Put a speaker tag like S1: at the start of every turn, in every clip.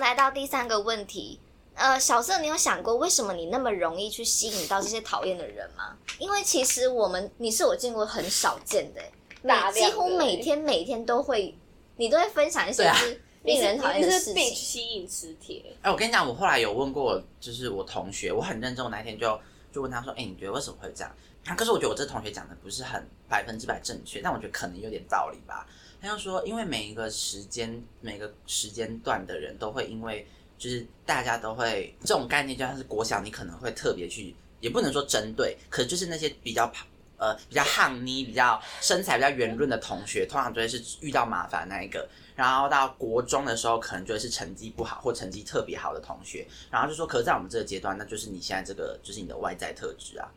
S1: 来到第三个问题，呃，小色，你有想过为什么你那么容易去吸引到这些讨厌的人吗？因为其实我们，你是我见过很少见的、欸，每
S2: 大量的
S1: 几乎每天每天都会，你都会分享一
S3: 啊
S1: 些就是令人讨厌的事
S2: 你是 bitch
S1: 情。
S2: 吸引磁铁，
S3: 哎、我跟你讲，我后来有问过，就是我同学，我很认真，我那天就就问他说，哎、你觉得为什么会这样？他可是我觉得我这同学讲的不是很百分之百正确，但我觉得可能有点道理吧。他就说，因为每一个时间每个时间段的人都会因为就是大家都会这种概念，就像是国小，你可能会特别去，也不能说针对，可就是那些比较胖呃比较胖妮、比较身材比较圆润的同学，通常就会是遇到麻烦那一个。然后到国中的时候，可能就会是成绩不好或成绩特别好的同学，然后就说，可是在我们这个阶段，那就是你现在这个就是你的外在特质啊。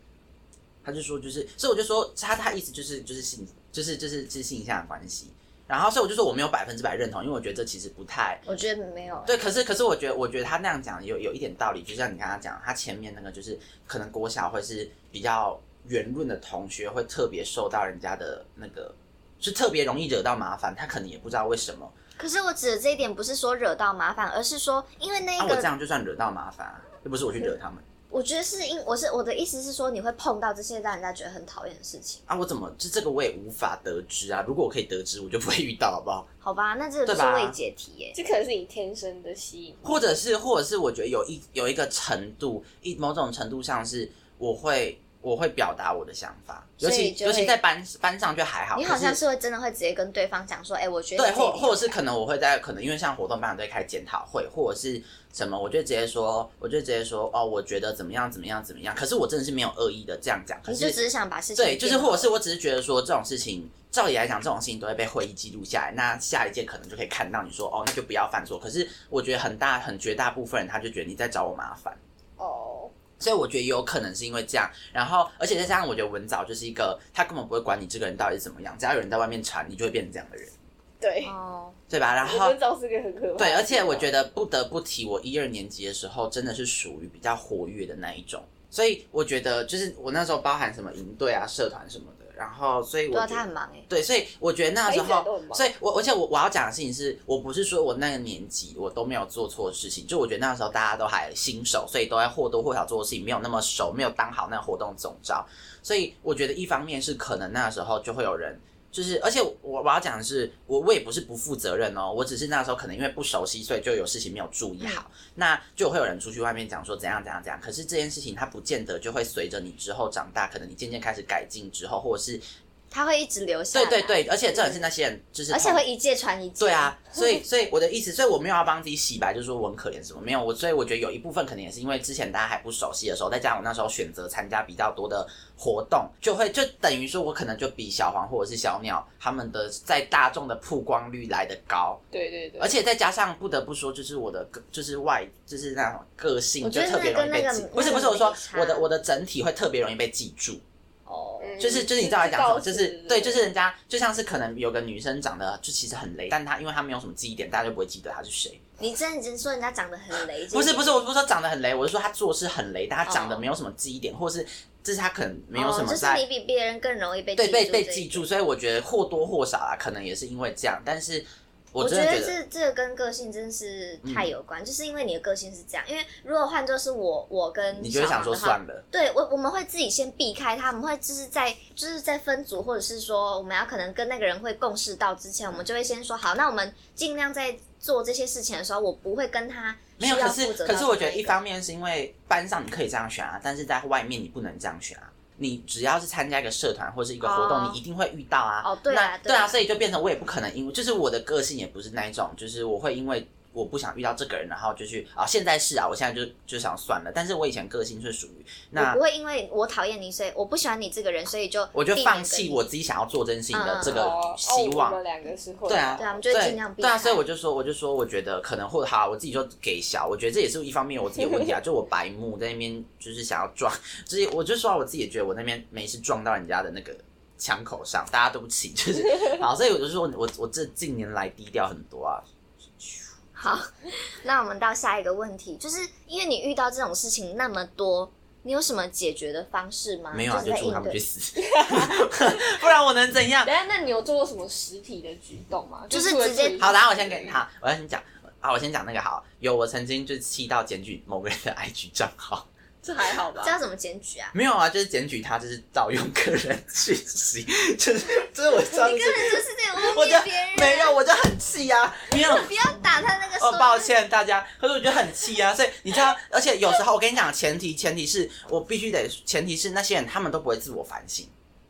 S3: 他就说，就是，所以我就说，他他意思就是就是性就是就是就是性向的关系。然后，所以我就说我没有百分之百认同，因为我觉得这其实不太
S1: 我觉得没有、欸，
S3: 对，可是可是我觉得，我觉得他那样讲有有一点道理，就像你刚刚讲，他前面那个就是可能国小会是比较圆润的同学，会特别受到人家的那个，是特别容易惹到麻烦，他可能也不知道为什么。
S1: 可是我指的这一点不是说惹到麻烦，而是说因为那
S3: 那、
S1: 个
S3: 啊我这样就算惹到麻烦啊，又不是我去惹他们
S1: 我觉得是因我是我的意思是说，你会碰到这些让人家觉得很讨厌的事情，
S3: 啊，我怎么这这个我也无法得知啊。如果我可以得知，我就不会遇到，好不好？
S1: 好吧？那这个就
S3: 对
S1: 是
S3: 吧
S1: 未解题耶、
S2: 这可能是你天生的吸引。
S3: 或者是，或者是，我觉得有一有一个程度，一某种程度上是我会我会表达我的想法，尤
S1: 所以
S3: 其
S1: 就
S3: 尤其
S1: 会
S3: 在班班上就还好，
S1: 你
S3: 可
S1: 好像是会真的会直接跟对方讲说，哎、我觉得
S3: 对，
S1: 你这一
S3: 或
S1: 点
S3: 或者是可能我会在可能因为像活动班都会开检讨会，或者是什么，我就直接说，我就直接说哦，我觉得怎么样怎么样怎么样。可是我真的是没有恶意的这样讲，可
S1: 你就只
S3: 是
S1: 是想把事情
S3: 对，就是
S1: 变好
S3: 或者是我只是觉得说这种事情，照理来讲这种事情都会被会议记录下来，那下一届可能就可以看到你说哦，那就不要犯错。可是我觉得很大很绝大部分人他就觉得你在找我麻烦。
S2: 哦，
S3: 所以我觉得也有可能是因为这样，然后而且再加上我觉得文藻就是一个他根本不会管你这个人到底是怎么样，只要有人在外面传，你就会变成这样的人，
S2: 对，
S1: 哦，
S3: 对吧？然
S2: 我
S3: 后
S2: 们早是个很可怕的地方。
S3: 对，而且我觉得不得不提，我一二年级的时候真的是属于比较活跃的那一种，所以我觉得就是我那时候包含什么营队啊、社团什么的，然后所以我
S1: 对啊，
S3: 觉得
S1: 他很忙哎、
S3: 对，所以我觉得那时
S2: 他一直
S3: 候
S2: 都很，忙
S3: 所以我而且我我要讲的事情是，我不是说我那个年纪我都没有做错事情，就我觉得那时候大家都还新手，所以都在或多或少做的事情，没有那么熟，没有当好那个活动总招，所以我觉得一方面是可能那时候就会有人。就是，而且我我要讲的是，我我也不是不负责任哦，我只是那时候可能因为不熟悉，所以就有事情没有注意
S2: 嗯
S3: 好，那就会有人出去外面讲说怎样怎样怎样。可是这件事情它不见得就会随着你之后长大，可能你渐渐开始改进之后，或者是
S1: 他会一直留下，
S3: 对对，对，而且重点是那些人就是，
S1: 而且会一届传一届，
S3: 对，啊，所以所以我的意思，所以我没有要帮自己洗白，就是说我很可怜什么没有，我所以我觉得有一部分可能也是因为之前大家还不熟悉的时候，再加上我那时候选择参加比较多的活动，就会就等于说我可能就比小黄或者是小鸟他们的在大众的曝光率来的高，
S2: 对对对，
S3: 而且再加上不得不说，就是我的个就是外就是那种个性
S1: 我
S3: 就
S1: 觉得
S3: 特别容易被
S1: 那个
S3: 记
S1: 那，个
S3: 不是不是我说
S1: 没差
S3: 我的我的整体会特别容易被记住。
S1: 哦，
S2: 嗯
S3: 就是就是你知道我在讲什么，就是对，就
S2: 知
S3: 是
S2: 道
S3: 人家就像是可能有个女生长得就其实很雷，但她因为她没有什么记忆点，大家就不会记得她是谁。
S1: 你真的已经说人家长得很雷，
S3: 不是不
S1: 是，
S3: 是，我不是说长得很雷，我是说她做事很雷，但她长得
S1: 哦
S3: 没有什么记忆点，或是这是她可能没有
S1: 哦
S3: 什么
S1: 就是
S3: 在、
S1: 你比别人更容易被
S3: 对被
S1: 住
S3: 被
S1: 这一
S3: 记
S1: 点。
S3: 住，所以我觉得或多或少啊，可能也是因为这样，但是我
S1: 我
S3: 真
S1: 觉
S3: 的
S1: 得
S3: 觉得。嗯
S1: 这这个跟个性真是太有关，就是因为你的个性是这样。因为如果换作是我，我跟
S3: 你就会
S1: 小
S3: 想
S1: 黄
S3: 说
S1: 的话
S3: 算了，
S1: 对我，我们会自己先避开他，我们会就是在就是在分组，或者是说我们要可能跟那个人会共事到之前，我们就会先说好，那我们尽量在做这些事情的时候，我不会跟他
S3: 没有。
S1: 需要
S3: 可
S1: 负
S3: 是
S1: 责
S3: 可是，我觉
S1: 到
S3: 得
S1: 那
S3: 一
S1: 个
S3: 方面是因为班上你可以这样选啊，但是在外面你不能这样选啊。你只要是参加一个社团或是一个活动，
S1: 哦
S3: 你一定会遇到啊。
S1: 哦对啊
S3: 那
S1: 对
S3: 对
S1: 啊
S3: 啊，所以就变成我也不可能因为，就是我的个性也不是那一种，就是我会因为我不想遇到这个人，然后就去啊，现在是啊，我现在就就想算了。但是我以前个性是属于
S1: 我
S3: 那
S1: 不。会因为我讨厌你，所以我不喜欢你这个人，所以就
S3: 我就
S1: 避免
S3: 放
S1: 跟
S3: 弃
S1: 你嗯
S3: 我自己想要做这件事情的这
S1: 得
S3: 个
S2: 哦
S3: 希
S2: 哦
S3: 望
S2: 我，们两个是会
S3: 对啊，
S1: 对啊我们就会尽量避
S3: 对啊，
S1: 开
S3: 所以我就说，我就说，我觉得可能或好，我自己就给小，我觉得这也是一方面我自己的 问题啊，就我白目在那边就是想要撞，就是我就说我自己也觉得我那边每次撞到人家的那个枪口上，大家对不起，就是 好，所以我就说我我这近年来低调很多啊，
S1: 好， 那我们到下一个问题，就是因为你遇到这种事情那么多，你有什么解决的方式吗？
S3: 没有啊，
S1: 就
S3: 就是
S1: 在
S3: 祝
S1: 应
S3: 他们去
S1: 对。
S3: 死，不然我能怎样？
S2: 等一下，那你有做过什么实体的举动吗？
S1: 就是
S2: 除了
S1: 直接
S2: 注意
S3: 好，等一下我先给你，好，我要先讲。啊，我先讲那个好，有我曾经就气到检举某个人的 IG 账号，
S2: 这还好吧
S1: 这？要怎么检举啊？
S3: 没有啊，就是检举他就是盗用个人讯息， 就是就是我上
S1: 你
S3: 次
S1: 根本就是在污
S3: 我就
S1: 蔑别人，
S3: 没有，我就很气呀、啊，没有。
S1: 不要打他那个手。
S3: 哦，抱歉大家，可是我觉得很气啊，所以你知道，而且有时候我跟你讲，前提前提是我必须得，前提是那些人他们都不会自我反省，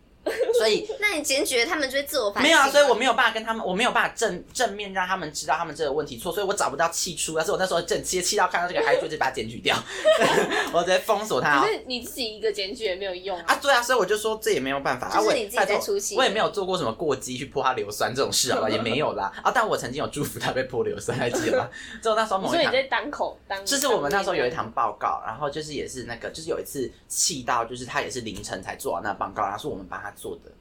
S3: 所以
S1: 那你检举了他们就会自我反省。
S3: 没有啊，所以我没有办法跟他们，我没有办法正正面让他们知道他们这个问题错，所以我找不到气出，但是我那时候正气气到看到这个，还就直接把他检举掉， 我直接封锁他、
S2: 可
S3: 哦。
S2: 是你自己一个检举也没有用
S3: 啊，
S2: 啊。
S3: 对啊，所以我就说这也没有办法啊，
S1: 就是
S3: 我
S1: 你
S3: 也
S1: 自己在
S3: 拜托
S1: 出气
S3: 我也没有做过什么过激去泼他硫酸这种事，好吧，也没有啦。啊，但我曾经有祝福他被泼硫酸，还记得吗？就那时候
S2: 你
S3: 某
S2: 说你
S3: 一堂，
S2: 在当口当，
S3: 就是我们那时候有一堂报告，然后就是也是那个，就是有一次气到，就是他也是凌晨才做完那报告，然后是我们帮他做的，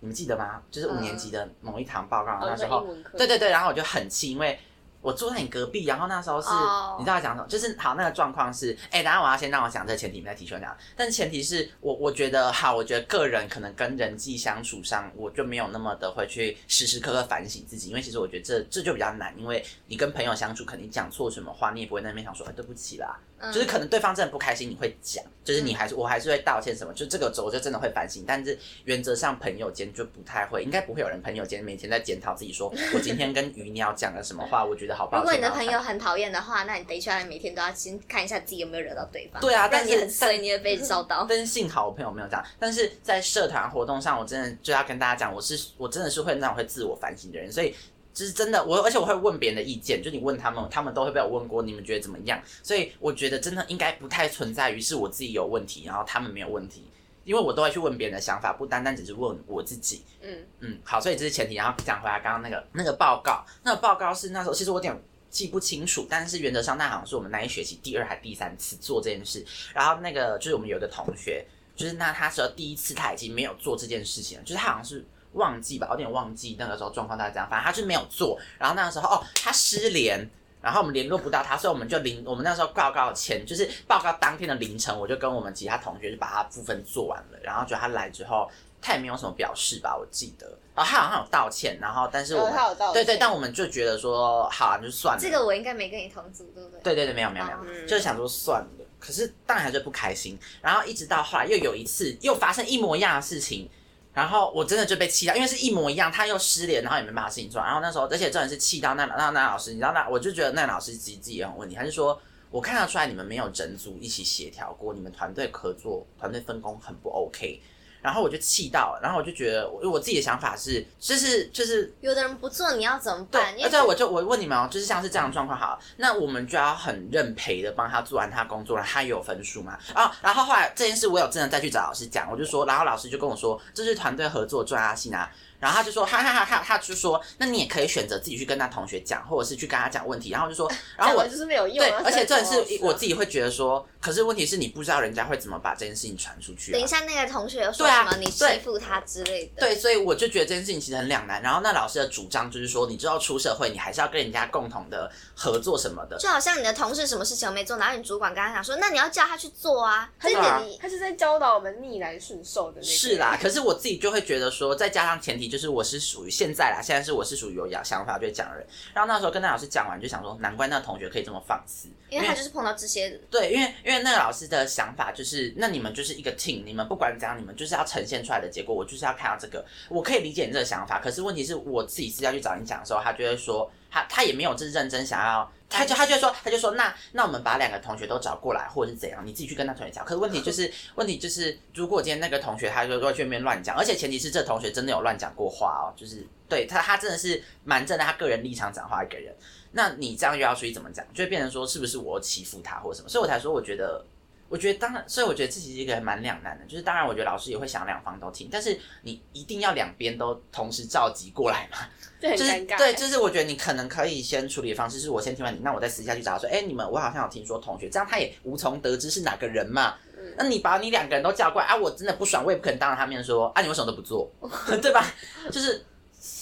S3: 你们记得吗？就是五年级的某一堂报告，然
S2: 哦
S3: 后那
S2: 你说
S3: 时候
S2: 英文课，
S3: 对对对，然后我就很气，因为我坐在你隔壁，然后那时候是、
S1: 哦
S3: 你知道讲什么，就是好那个状况是，哎，等一下我要先让我讲这个前提，你们再提出来讲。但前提是我我觉得好，我觉得个人可能跟人际相处上，我就没有那么的会去时时刻刻反省自己，因为其实我觉得这这就比较难，因为你跟朋友相处，肯定讲错什么话，你也不会在那边想说，哎，对不起啦，
S1: 嗯
S3: 就是可能对方真的不开心，你会讲，就是你还是我还是会道歉什么，就这个我就真的会反省，但是原则上朋友间就不太会，应该不会有人朋友间每天在检讨自己说，我今天跟鱼 鸟讲了什么话，我觉得好抱歉。
S1: 如果你的
S3: 然后
S1: 朋友很讨厌的话，那你等一下每天都要先看一下自己有没有惹到对方。
S3: 对啊
S1: 不然
S3: 但
S1: 你
S3: 是嗯
S1: 很衰，你会被烧到。
S3: 但是幸好我朋友没有这样，但是在社团活动上，我真的就要跟大家讲，我是我真的是会那种会自我反省的人，所以就是真的我，而且我会问别人的意见，就你问他们，他们都会被我问过，你们觉得怎么样？所以我觉得真的应该不太存在于是我自己有问题，然后他们没有问题，因为我都会去问别人的想法，不单单只是问我自己。
S2: 嗯，
S3: 嗯，好，所以这是前提。然后讲回来，刚刚那个那个报告，那个报告是那时候其实我有点记不清楚，但是原则上那好像是我们那一学期第二还第三次做这件事。然后那个就是我们有一个同学，就是那他是第一次他已经没有做这件事情了，就是他好像是忘记吧，我有点忘记那个时候状况大概怎样，反正他就是没有做。然后那个时候哦，他失联。然后我们联络不到他，所以我们就凌，我们那时候报告前，就是报告当天的凌晨，我就跟我们其他同学就把他部分做完了。然后就他来之后，他也没有什么表示吧，我记得。然后他好像有道歉，然后但是我
S2: 哦
S3: 们、
S2: 他有道
S3: 对对，
S2: 歉
S3: 但我们就觉得说，好、啊，就算了。
S1: 这个我应该没跟你同组，对不对？
S3: 对对对，没有没有没有，
S2: 嗯
S3: 就是想说算了。可是当然还是不开心。然后一直到后来又有一次又发生一模一样的事情，然后我真的就被气到，因为是一模一样，他又失联，然后也没办法事情做。然后那时候，而且真的是气到那那那老师，你知道那我就觉得那老师其实自己也很有问题，他就说。我看得出来你们没有整组一起协调过，你们团队合作、团队分工很不 OK。然后我就气到了，然后我就觉得我我自己的想法是，就是就是
S1: 有的人不做，你要怎么
S3: 对，
S1: 办？因
S3: 而
S1: 为
S3: 且我就我问你们哦，就是像是这样的状况好了，那我们就要很认赔的帮他做完他工作，然后他也有分数嘛。啊，然后后来这件事我有真的再去找老师讲，我就说，然后老师就跟我说，这是团队合作赚阿信啊。然后他就说，哈哈哈哈，他就说，那你也可以选择自己去跟他同学讲，或者是去跟他讲问题。然后我就说，然后
S2: 讲
S3: 我
S2: 完就是没有用
S3: 对，
S2: 啊。
S3: 而且这
S2: 真的
S3: 是我自己会觉得说，可是问题是你不知道人家会怎么把这件事情传出去、啊。
S1: 等一下那个同学有说
S3: 对
S1: 什
S3: 啊
S1: 么你欺
S3: 对
S1: 负他之类的，
S3: 对，所以我就觉得这件事情其实很两难。然后那老师的主张就是说，你知道出社会，你还是要跟人家共同的合作什么的。
S1: 就好像你的同事什么事情没做，然后你主管跟他讲说，那你要叫他去做啊，这
S2: 他
S1: 点
S3: 啊
S2: 是
S1: 你
S2: 他是在教导我们逆来顺受的那个。
S3: 是啦，可是我自己就会觉得说，再加上前提就是我是属于现在啦，现在是我是属于有想法就会讲的人。然后那时候跟那老师讲完，就想说，难怪那同学可以这么放肆，
S1: 因为他就是碰到这些，
S3: 对，因为因为那个老师的想法就是，那你们就是一个 team，你们不管怎样，你们就是要呈现出来的结果，我就是要看到这个。我可以理解你这个想法，可是问题是我自己私下去找你讲的时候，他就会说，他他也没有真认真想要，他就他就说他就说，那那我们把两个同学都找过来，或者是怎样，你自己去跟那同学讲。可是问题就是问题就是，如果今天那个同学他就会去那边乱讲，而且前提是这同学真的有乱讲过话哦，就是对他他真的是蛮站在他个人立场讲话一个人。那你这样又要注意怎么讲，就会变成说是不是我欺负他或什么，所以我才说我觉得，我觉得当然，所以我觉得这其实一个蛮两难的，就是当然我觉得老师也会想两方都听，但是你一定要两边都同时召集过来嘛，
S2: 这很
S3: 就是
S2: 尴尬。欸
S3: 对，就是我觉得你可能可以先处理的方式是我先听完你，那我再私下去找他说，哎、你们我好像有听说同学，这样他也无从得知是哪个人嘛，
S2: 嗯
S3: 那你把你两个人都叫过来啊，我真的不爽，我也不可能当着他面说啊，你为什么都不做， 对吧？就是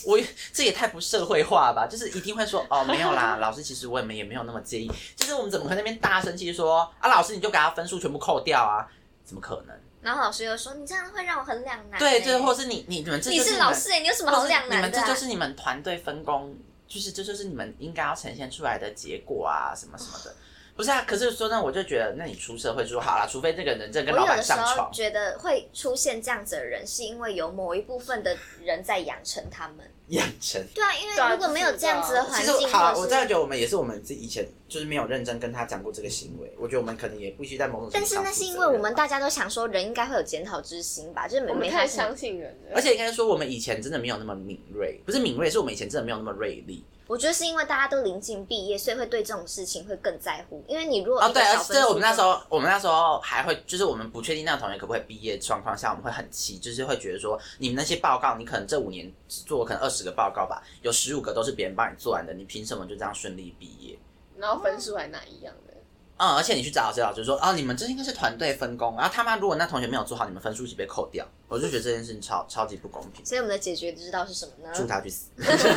S3: 我这也太不社会化了吧，就是一定会说哦没有啦，老师其实我们也没有那么介意，就是我们怎么可能那边大声气说啊，老师你就给他分数全部扣掉啊？怎么可能？
S1: 然后老师又说你这样会让我很两难欸、
S2: 哎
S3: 对，就是或是你你你们这
S1: 你
S3: 就是你
S1: 老
S3: 们
S1: 师、欸，你有什么好两
S3: 你
S1: 难
S3: 们
S1: 的、
S3: 这
S1: 啊？
S3: 就是你们团队分工就是这就是你们应该要呈现出来的结果啊，什么什么的。不是啊，可是说呢，我就觉得，那你出社会之后好了，除非这个人真的
S1: 我有
S3: 跟老板
S1: 的时
S3: 上
S1: 候
S3: 床，
S1: 觉得会出现这样子的人，是因为有某一部分的人在养成他们。
S3: 养成。
S1: 对啊，因
S2: 对啊
S1: 为如果没有这样子的环
S3: 其
S1: 境，
S3: 实好，我
S1: 或
S3: 真的
S1: 者是
S3: 觉得我们也是我们自己以前就是没有认真跟他讲过这个行为，我觉得我们可能也必须在某种程
S1: 但
S3: 度
S1: 是
S3: 上
S1: 那是
S3: 负
S1: 因
S3: 责
S1: 为我
S3: 任
S1: 们
S3: 吧
S1: 大家都想说，人应该会有检讨之心吧，就是没
S2: 我们
S1: 没
S2: 太
S1: 看什么
S2: 相信人了，
S3: 而且应该说我们以前真的没有那么敏锐，不是敏锐，是我们以前真的没有那么锐利。
S1: 我觉得是因为大家都临近毕业，所以会对这种事情会更在乎。因为你如果
S3: 哦，
S1: 一
S3: 对
S1: 个，小
S3: 而且
S1: 分
S3: 这
S1: 数
S3: 我们那时
S1: 就
S3: 候，我们那时候还会，就是我们不确定那个同学可不可以毕业状况下，我们会很气，就是会觉得说，你们那些报告，你可能这五年只做可能二十个报告吧，有十五个都是别人帮你做完的，你凭什么就这样顺利毕业？
S2: 然后分数还拿一样的，
S3: 嗯，而且你去找老师，老师说，哦，你们这应该是团队分工，然后他妈如果那同学没有做好，你们分数一起被扣掉，我就觉得这件事情超超级不公平，
S1: 所以我们的解决之道是什么呢？
S3: 祝他 去死，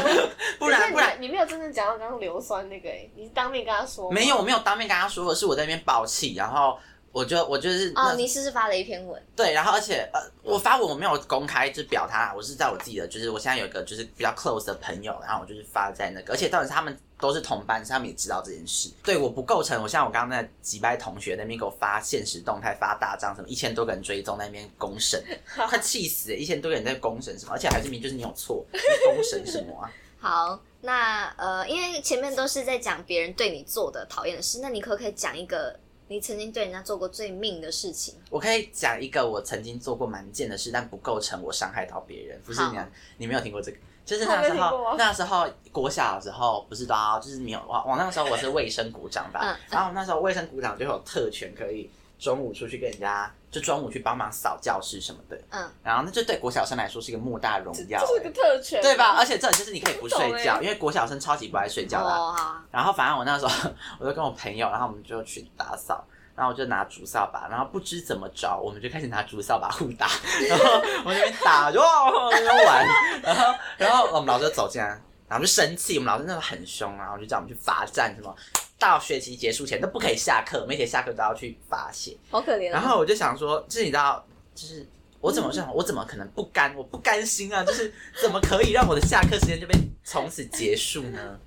S3: 不然
S2: 可是
S3: 不然
S2: 你你没有真正讲到刚刚硫酸那个、欸，你是当面跟他说吗
S3: 没有，我没有当面跟他说，是我在那边爆气，然后我就我就是那
S1: 哦，你是不是发了一篇文？
S3: 对，然后而且呃，我发文我没有公开就表达，我是在我自己的，就是我现在有一个就是比较 close 的朋友，然后我就是发在那个，而且当时他们都是同班，所以他们也知道这件事。对，我不构成我像我刚刚那几百同学那边给我发现实动态发大张什么一千多个人追踪那边公审，快气死了！一千多个人在公审什么，而且还是明明就是你有错，你公审什么啊？
S1: 好，那呃，因为前面都是在讲别人对你做的讨厌的事，那你可不可以讲一个你曾经对人家做过最命的事情？
S3: 我可以讲一个我曾经做过蛮贱的事，但不构成我伤害到别人。不是
S1: 好
S3: 你，你没有听过这个？就是
S2: 我
S3: 那
S2: 没
S3: 时
S2: 听过
S3: 候
S2: 啊，
S3: 那时候国小的时候，不是都要就是没有我我那个时候我是卫生股长吧，
S1: 嗯
S3: 然后那时候卫生股长就有特权，可以中午出去跟人家就中午去帮忙扫教室什么的，
S1: 嗯，
S3: 然后那就对国小生来说是一个莫大荣
S2: 这
S3: 耀、欸
S2: 这是个特权，啊
S3: 对吧？而且这就是你可以不
S2: 我不懂
S3: 睡觉，
S2: 欸
S3: 因为国小生超级不爱睡觉的啊、
S1: 哦，好啊，
S3: 然后反正我那时候 我就跟我朋友，然后我们就去打扫，然后我就拿竹扫把，然后不知怎么着，我们就开始拿竹扫把互打， 然后我那边打，就哦那边玩，然后然后我们老师就走进来，然后就生气，我们老师那时候很凶，啊然后就叫我们去罚站什么。到学期结束前都不可以下课，每天下课都要去罚写。
S1: 好可怜哦
S3: 然后我就想说，就是你知道，就是我怎么想，我怎么可能不甘，我不甘心啊！就是怎么可以让我的下课时间就被从此结束呢？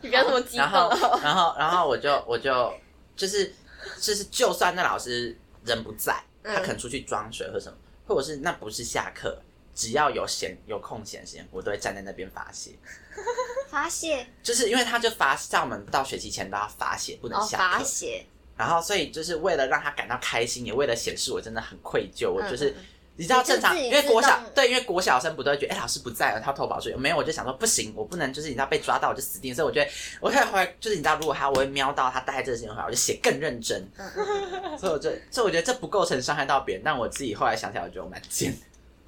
S2: 你不要这么激动
S3: 然后，然后，然后我就我就就是就是，就算那老师人不在，
S1: 嗯
S3: 他可能出去装水或什么，或者是那不是下课，只要有闲有空闲时间，我都会站在那边罚写。
S1: 发泄哦
S3: 就是因为他就罚，像我们到学期前都要罚写，不能
S1: 哦，
S3: 下
S1: 发
S3: 课。
S1: 泄，
S3: 然后，所以就是为了让他感到开心，也为了显示我真的很愧疚，我就是
S1: 嗯嗯
S3: 你知道正常，
S1: 你就自
S3: 因
S1: 己
S3: 为国小
S1: 自动
S3: 对，因为国小生不都会觉得，哎、老师不在了，他偷跑出去。没有，我就想说不行，我不能就是你知道被抓到我就死定，所以我觉得我会回来，就是你知道，如果他我会瞄到他大概这个时间回来，我就写更认真。
S1: 嗯嗯嗯
S3: 所以我就，所以我觉得这不构成伤害到别人，但我自己后来想起来，我觉得我蛮贱，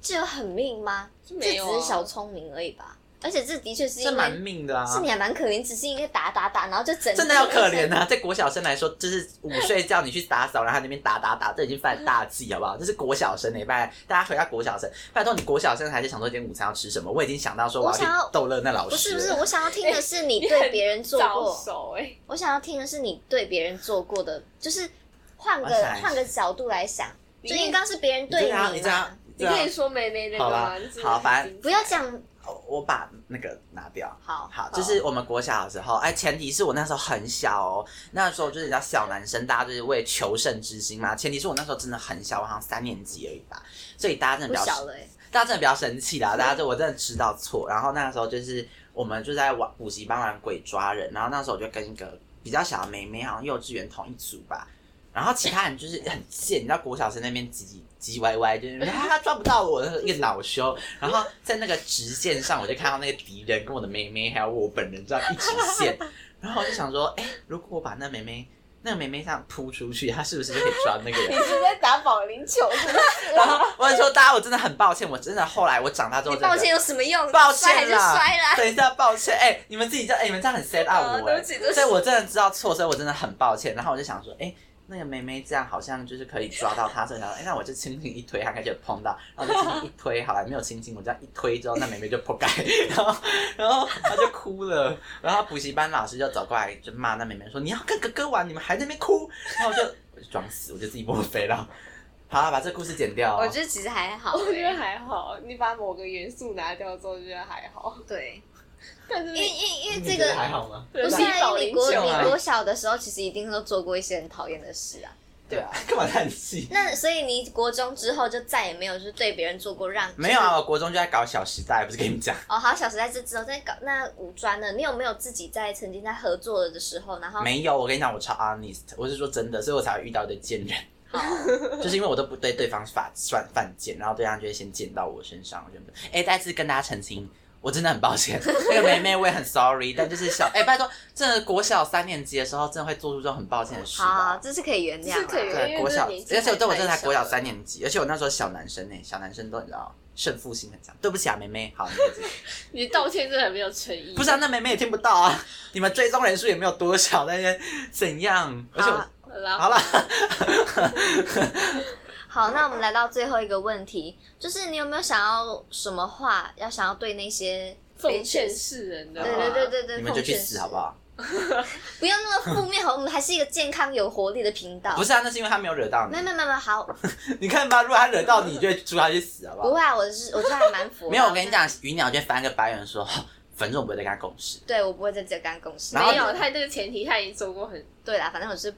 S1: 这有很命吗？
S2: 这
S1: 这
S2: 没有啊
S1: 只是小聪明而已吧。而且这的确是
S3: 这
S1: 因
S3: 蛮
S1: 为
S3: 命的啊。
S1: 是你还蛮可怜，只是因为打打打，然后就整
S3: 真的要可怜啊！在国小生来说，就是午睡觉你去打扫，然后他那边打打打，这已经犯大忌，好不好？这是国小生欸，拜大家回到国小生，拜托你国小生还是想说今天午餐要吃什么？我已经想到说我要去
S1: 我想要
S3: 逗乐那老师
S1: 不
S3: 了，
S1: 是不 是，我想要听的是你
S2: 你
S1: 对
S2: 很
S1: 别人做
S2: 早
S1: 过，
S2: 熟哎、
S1: 我想要听的是你对别人做过的，就是换
S3: 我
S1: 个
S3: 想一下
S1: 换个角度来想，
S2: 你
S1: 就你刚刚是别人
S3: 你这
S1: 对
S3: 样你
S1: 你
S3: 这样
S1: 嘛，，
S2: 你
S3: 这
S2: 可
S3: 样
S2: 以说妹妹那个
S3: 啊好吧
S2: 吗？你是是
S3: 好反正
S2: 精彩
S1: 不要讲
S3: 我我把那个拿掉。
S1: 好
S3: 好，就是我们国小的时候，哎，前提是我那时候很小哦，那时候就是叫小男生，大家就是为求胜之心嘛。前提是我那时候真的很小，我好像三年级而已吧，所以大家真
S1: 不
S3: 的不要
S1: 小了哎、
S3: 大家真的不要生气啦，大家就我真的知道错。然后那个时候就是我们就在玩补习班玩鬼抓人，然后那时候我就跟一个比较小的妹妹，好像幼稚园同一组吧。然后其他人就是很贱，你知道国小生那边唧唧唧歪歪，就是他他抓不到我，那一个恼羞。然后在那个直线上，我就看到那个敌人跟我的妹妹还有我本人这样一直线，然后我就想说，哎、如果我把那妹妹那个妹妹这样扑出去，她是不是就可以抓那个 人
S2: 你？是在打保龄球是不是
S3: 然后我就说大家，我真的很抱歉，我真的后来我长大之后
S1: 你
S3: 真的，
S1: 抱歉有什么用？
S3: 抱
S1: 摔还
S3: 歉
S1: 是
S3: 啦，
S1: 摔啦。
S3: 等一下，抱歉，哎、你们自己这样，哎、你们这样很 set up 我、
S2: 对
S3: 哎
S2: 不起对不起
S3: 所以我真的知道错，所以我真的很抱歉。然后我就想说，哎、那个妹妹这样好像就是可以抓到她，所以想说，哎、那我就轻轻一推，她开始碰到，然后我就轻轻一推，好了，没有轻轻，我这样一推之后，那妹妹就破盖， 然后然后她就哭了，然后补习班老师就走过来就骂那妹妹说，你要跟哥哥玩，你们还在那边哭，然后我就我就装死，我就自己摸飞了。好了，把这故事剪掉、
S1: 我
S3: 哦。
S1: 觉得其实还好、
S2: 我觉得
S1: 欸，
S2: 还好，你把某个元素拿掉之后，觉得还好。
S1: 对，
S2: 但是
S1: 因为因为因为
S4: 你
S1: 这
S4: 觉得
S1: 个
S4: 还好吗？
S1: 不
S2: 不
S1: 是啊，因为你国
S3: 啊
S1: 你国小的时候，其实一定都做过一些很讨厌的事啊。
S3: 对啊， 干嘛叹气？
S1: 那所以你国中之后就再也没有就是对别人做过让
S3: 没有啊，我国中就在搞《小时代》，不是跟你们讲？
S1: 哦，好，小时代这之后在搞那五专呢，你有没有自己在曾经在合作的时候，
S2: 哦
S1: 然后
S3: 没有，我跟你讲，我超 honest，我是说真的，所以我才会遇到的贱 人。就是因为我都不对对方法算犯贱，然后对方就会先贱到我身上，我就没有。哎、再次跟大家澄清，我真的很 抱歉，那个梅梅我也很 sorry，但就是小哎、拜托，真的国小三年级的时候，真的会做出这种很抱歉的事
S1: 好好，
S3: 吧？
S1: 这是可以原谅啦，
S2: 这是可以原谅因
S3: 对，
S2: 为
S3: 国小，
S2: 这年纪
S3: 而且我对我真的才
S2: 太小
S3: 国
S2: 了
S3: 小三年级，而且我那时候小男生呢、欸小男生都你知道胜负心很强。对不起啊，梅梅，好，你可以自己
S2: 你道歉真的很没有诚意。
S3: 不是啊，那梅梅也听不到啊， 你们追踪人数也没有多少，但是怎样？而且我
S1: 好
S2: 好啦，
S3: 好了，
S1: 啊好，那我们来到最后一个问题，就是你有没有想要什么话要想要对那些
S2: 奉劝世人的
S1: 对
S2: 话，
S3: 啊
S1: 对对对对，
S3: 你们就去
S1: 奉劝
S3: 死好不好？
S1: 不要那么负面，好，我们还是一个健康有活力的频道。
S3: 不是啊，那是因为他没有惹到
S1: 没
S3: 你
S1: 有，。没有没有没有好，
S3: 你看吧，如果他惹到你，你就会祝他去死好不
S1: 不
S3: 好？
S1: 会啊，我是我觉得还蛮佛的。啊
S3: 没有，我跟你，讲，鱼鸟就翻个白眼说，哼反正我不会再跟他共事。
S1: 对我不会在这干公司。
S3: 然后
S2: 没有他那个前提，他已经做过很，
S1: 对啦，反正我是，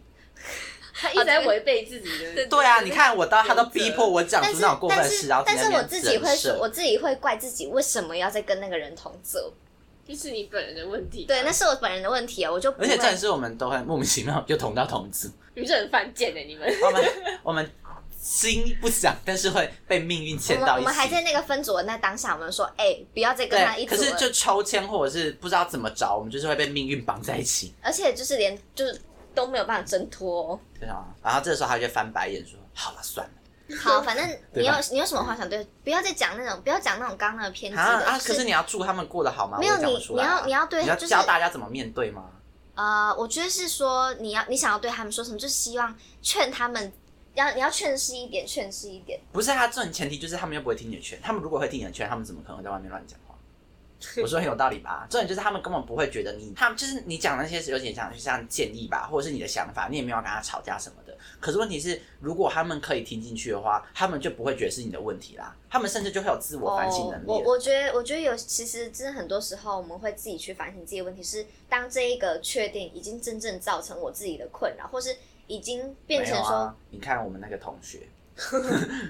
S2: 他一直在违背自己的。
S3: 对啊，你看我到他都
S2: 原则
S3: 逼迫我讲
S1: 但
S3: 出
S1: 是
S3: 那种过分
S1: 但
S3: 的事，
S1: 是
S3: 然后
S1: 但是
S3: 在那
S1: 我
S3: 边
S1: 自己会
S3: 震
S1: 说，
S3: 慑
S1: 我自己会怪自己为什么要再跟那个人同坐。
S2: 就是你本人的问题。
S1: 对，那是我本人的问题啊，我就不
S3: 而
S1: 会。
S3: 且真的是我们都很莫名其妙就同到同组，
S2: 你们是很犯贱的，欸你们。
S3: 我们我们心不想，但是会被命运
S1: 我
S3: 牵
S1: 们
S3: 到
S1: 我
S3: 一
S1: 们还
S3: 起。
S1: 在那个分组的那当下，我们说，哎、不要再跟他一
S3: 对，
S1: 组
S3: 可
S1: 了。
S3: 是就抽签或者是不知道怎么找，我们就是会被命运绑在一起。
S1: 而且就是连就是都没有办法挣脱、哦。
S3: 对啊，然后这个时候他就翻白眼说：“好了，算了。
S1: 好，反正你
S3: 对
S1: 有
S3: 吧
S1: 你有什么话想对，不要再讲那种不要讲那种刚刚那个哎偏激”的。
S3: 啊啊！
S1: 就
S3: 可是你要祝他们过得好吗？
S1: 没有
S3: 我也讲
S1: 你
S3: 不出来啊
S1: 你要你要对
S3: 你要
S1: 就是
S3: 教大家怎么面对吗？
S1: 呃，我觉得是说你要你想要对他们说什么，就是希望劝他们，要你要劝示一点，劝示一点。
S3: 不是啊，这种前提就是他们又不会听你的劝，他们如果会听你的劝，他们怎么可能会在外面乱讲 话？我说很有道理吧？重点就是他们根本不会觉得你，他们就是你讲那些有点像就像建议吧，或者是你的想法，你也没有跟他吵架什么的。可是问题是，如果他们可以听进去的话，他们就不会觉得是你的问题啦，他们甚至就会有自我反省能力啊
S1: 哦我
S3: 了。
S1: 我觉得我觉得有，其实真的很多时候我们会自己去反省自己的问题，是当这一个确定已经真正造成我自己的困扰，或是已经变成
S3: 没有
S1: 说、
S3: 啊，你看我们那个同 学，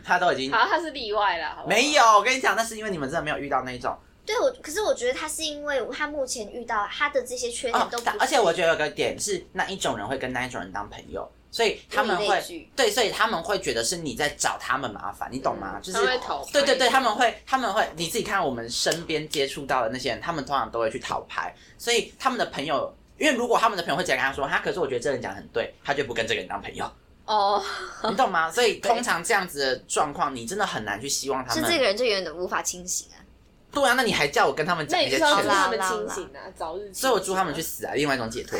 S3: 他都已经
S2: 好，他是例外啦，好不好
S3: 嗯没有。我跟你讲，那是因为你们真的没有遇到那种哦
S1: 对我，可是我觉得他是因为他目前遇到他的这些缺点都不是、
S3: 但哦而且我觉得有个点是，那一种人会跟那一种人当朋友，所以他们
S1: 物以类
S3: 会
S1: 聚
S3: 对，所以他们会觉得是你在找他们麻烦，你懂吗？就是
S2: 嗯他
S3: 哦
S2: 们会讨拍
S3: 对对对，他们会他们会你自己看我们身边接触到的那些人，他们通常都会去讨牌，所以他们的朋友。因为如果他们的朋友会直接跟他说，他可是我觉得这个人讲得很对，他就不跟这个人当 朋友，
S1: 哦，
S3: 你懂吗？所以通常这样子的状况，你真的很难去希望他
S1: 是
S3: 们。
S1: 这个人就有点无法清醒啊。
S3: 对啊，那你还叫我跟他们
S2: 那
S3: 讲一
S2: 你
S3: 些
S2: 就
S3: 劝
S2: 是要
S1: 好啦
S2: 祝他
S3: 说，
S2: 们清醒啊，早日清醒啊。
S3: 所以我祝他们去死啊！另外一种解脱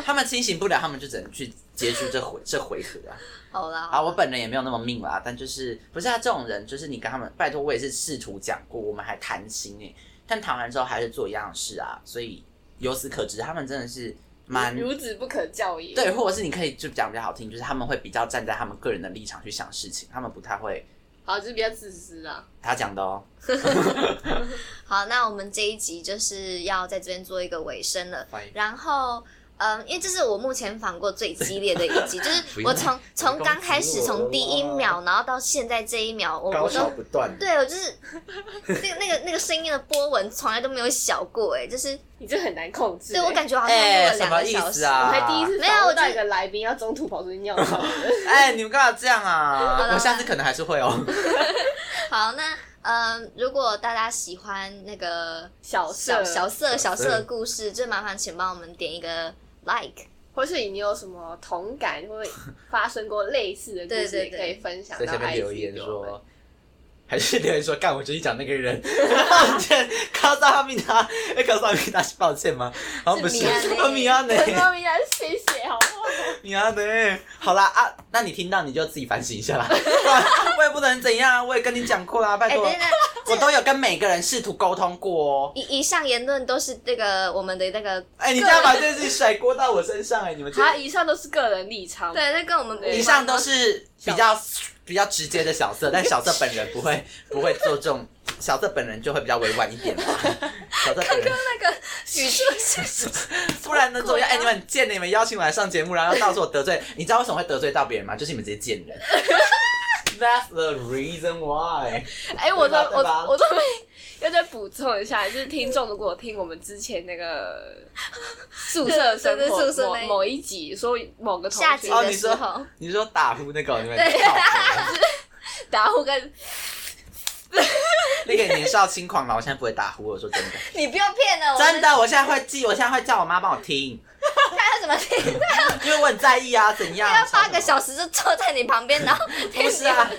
S3: 他们清醒不了，他们就只能去结束这回这回合啊！
S1: 好啦，
S3: 啊，我本人也没有那么命啦，但就是不是啊，这种人就是你跟他们，拜托我也是试图讲过，我们还谈心哎、但谈完之后还是做一样的事啊，所以由此可知，他们真的是蛮
S2: 孺子不可教也。
S3: 对，或者是你可以就讲比较好听，就是他们会比较站在他们个人的立场去想事情，他们不太会
S2: 好，就是比较自私啊。
S3: 他讲的哦，
S1: 好，那我们这一集就是要在这边做一个尾声了。
S3: 欢迎
S1: 然后，嗯，因为这是我目前访过最激烈的一集，就
S3: 不
S1: 是
S3: 用
S1: 我从从刚开始，
S4: 不用
S1: 从第一秒，然后到现在这一秒，我我都
S4: 不断。
S1: 对我就是那个那个那个声音的波纹从来都没有小过，哎，就是
S2: 你这很难控制欸。
S1: 对我感觉好像录
S3: 哎、
S1: 了
S3: 什
S1: 两
S3: 么
S1: 个
S3: 意
S1: 小
S3: 思
S1: 时。
S2: 我
S3: 啊？
S2: 还第一次
S1: 没有我
S2: 访问到
S1: 就
S2: 一个来宾要中途跑出去尿尿 的，
S3: 哎、你们干嘛这样
S1: 好
S3: 啊？
S1: 了
S3: 我下次可能还是会哦。
S1: 好，那嗯，如果大家喜欢那个
S2: 小
S1: 小
S2: 色
S1: 小色小
S4: 小
S1: 色
S4: 色
S1: 的故事，就麻烦请帮我们点一个 like。
S2: 或是你有什么同感，或者发生过类似的故
S1: 对
S2: 事，
S1: 对
S2: 也
S1: 对
S2: 可以分享
S3: 在
S2: 到
S3: 下面
S2: IG
S3: 留言
S2: 给我 们。
S3: 说，还是留言说干，我只是讲那个人， 抱歉，卡萨哈密达，哎，卡萨哈密达是抱歉吗？好像不是，
S1: 是
S3: 哦米
S1: 米
S3: 亚
S1: 亚
S3: 呢，
S2: 很多名人谢谢，好不好？
S3: 米亚呢，好啦啊，那你听到你就自己反省一下啦，不然我也不能怎样，我也跟你讲过啊啦，拜
S1: 哎，等
S3: 托
S1: 一，下，
S3: 我都有跟每个人试图沟通过哦。
S1: 以以上言论都是那个我们的那个
S3: 哎，你这样把这件事情甩锅到我身上，哎，你们这
S2: 好，以上都是个人立场。
S1: 对，那跟我们无
S2: 对
S3: 以
S1: 关
S3: 上都是比较比较直接的小色，但小色本人不会不会做这种小色本人就会比较委婉一点嘛。小色本人，
S1: 那 个语助是
S3: 不然呢？怎么样？
S2: 鬼
S3: 哎、
S2: 啊
S3: 你们很贱的，你们邀请我来上节目，然后到时候我得罪，你知道为什么会得罪到别人吗？就是你们这些 贱人。That's the reason why。
S2: 哎、我
S3: 对吧
S2: 这
S3: 对吧
S2: 我我这边要再补充一下，就是听众如果听我们之前那个 宿舍生
S1: 对对
S2: 活
S1: 宿舍
S2: 某
S1: 那一
S2: 某一集，说某个同
S1: 下集
S2: 学
S3: 哦，
S1: 的
S3: 你
S1: 时候
S3: 说你说打呼那个，你们
S1: 对
S3: 靠啊北
S2: 打呼跟
S3: 那个年少轻狂嘛，我现在不会打呼，我说真的，
S1: 你不要骗
S2: 哦
S1: 了，我
S3: 真，的，我现在会记，我现在会叫我妈帮我听，
S1: 他要 怎么听？
S3: 因为我很在意啊，怎样？
S1: 他要
S3: 吵
S1: 八
S3: 什么
S1: 个小时就坐在你旁边，然后听
S3: 不是 啊
S1: 你。，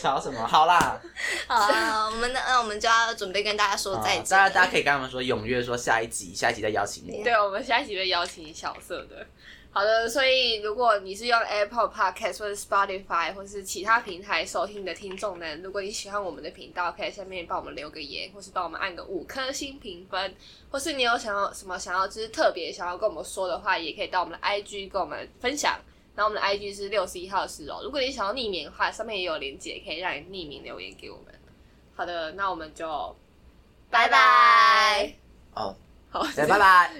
S3: 吵什么？好啦，
S1: 好 啊，我们那那我们就要准备跟大家说
S3: 啊
S1: 再见
S3: 当
S1: 了。
S3: 然大家可以跟他们说踊跃说下一集，下一集再邀请我。
S2: 对，我们下一集会邀请小色的。好的，所以如果你是用 Apple Podcast 或者 Spotify 或是其他平台收听的听众呢，如果你喜欢我们的频道，可以在下面帮我们留个言，或是帮我们按个五颗星评分，或是你有想要什么想要就是特别想要跟我们说的话，也可以到我们的 IG 跟我们分享。然后我们的 IG 是六十一号室哦，如果你想要匿名的话，上面也有连接，可以让你匿名留言给我们。好的，那我们就
S1: 拜拜。
S3: 哦，
S2: 好，
S3: 对，拜拜。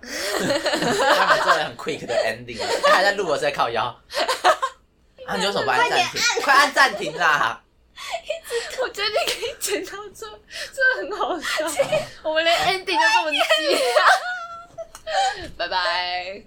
S3: 他们做了很 quick 的 ending，他啊还在录，我是在靠 腰。啊，你为什么不按暂停？快按暂停啦！
S2: 我觉得你可以剪到这，这很好 笑。我们连 ending 都这么低、拜拜。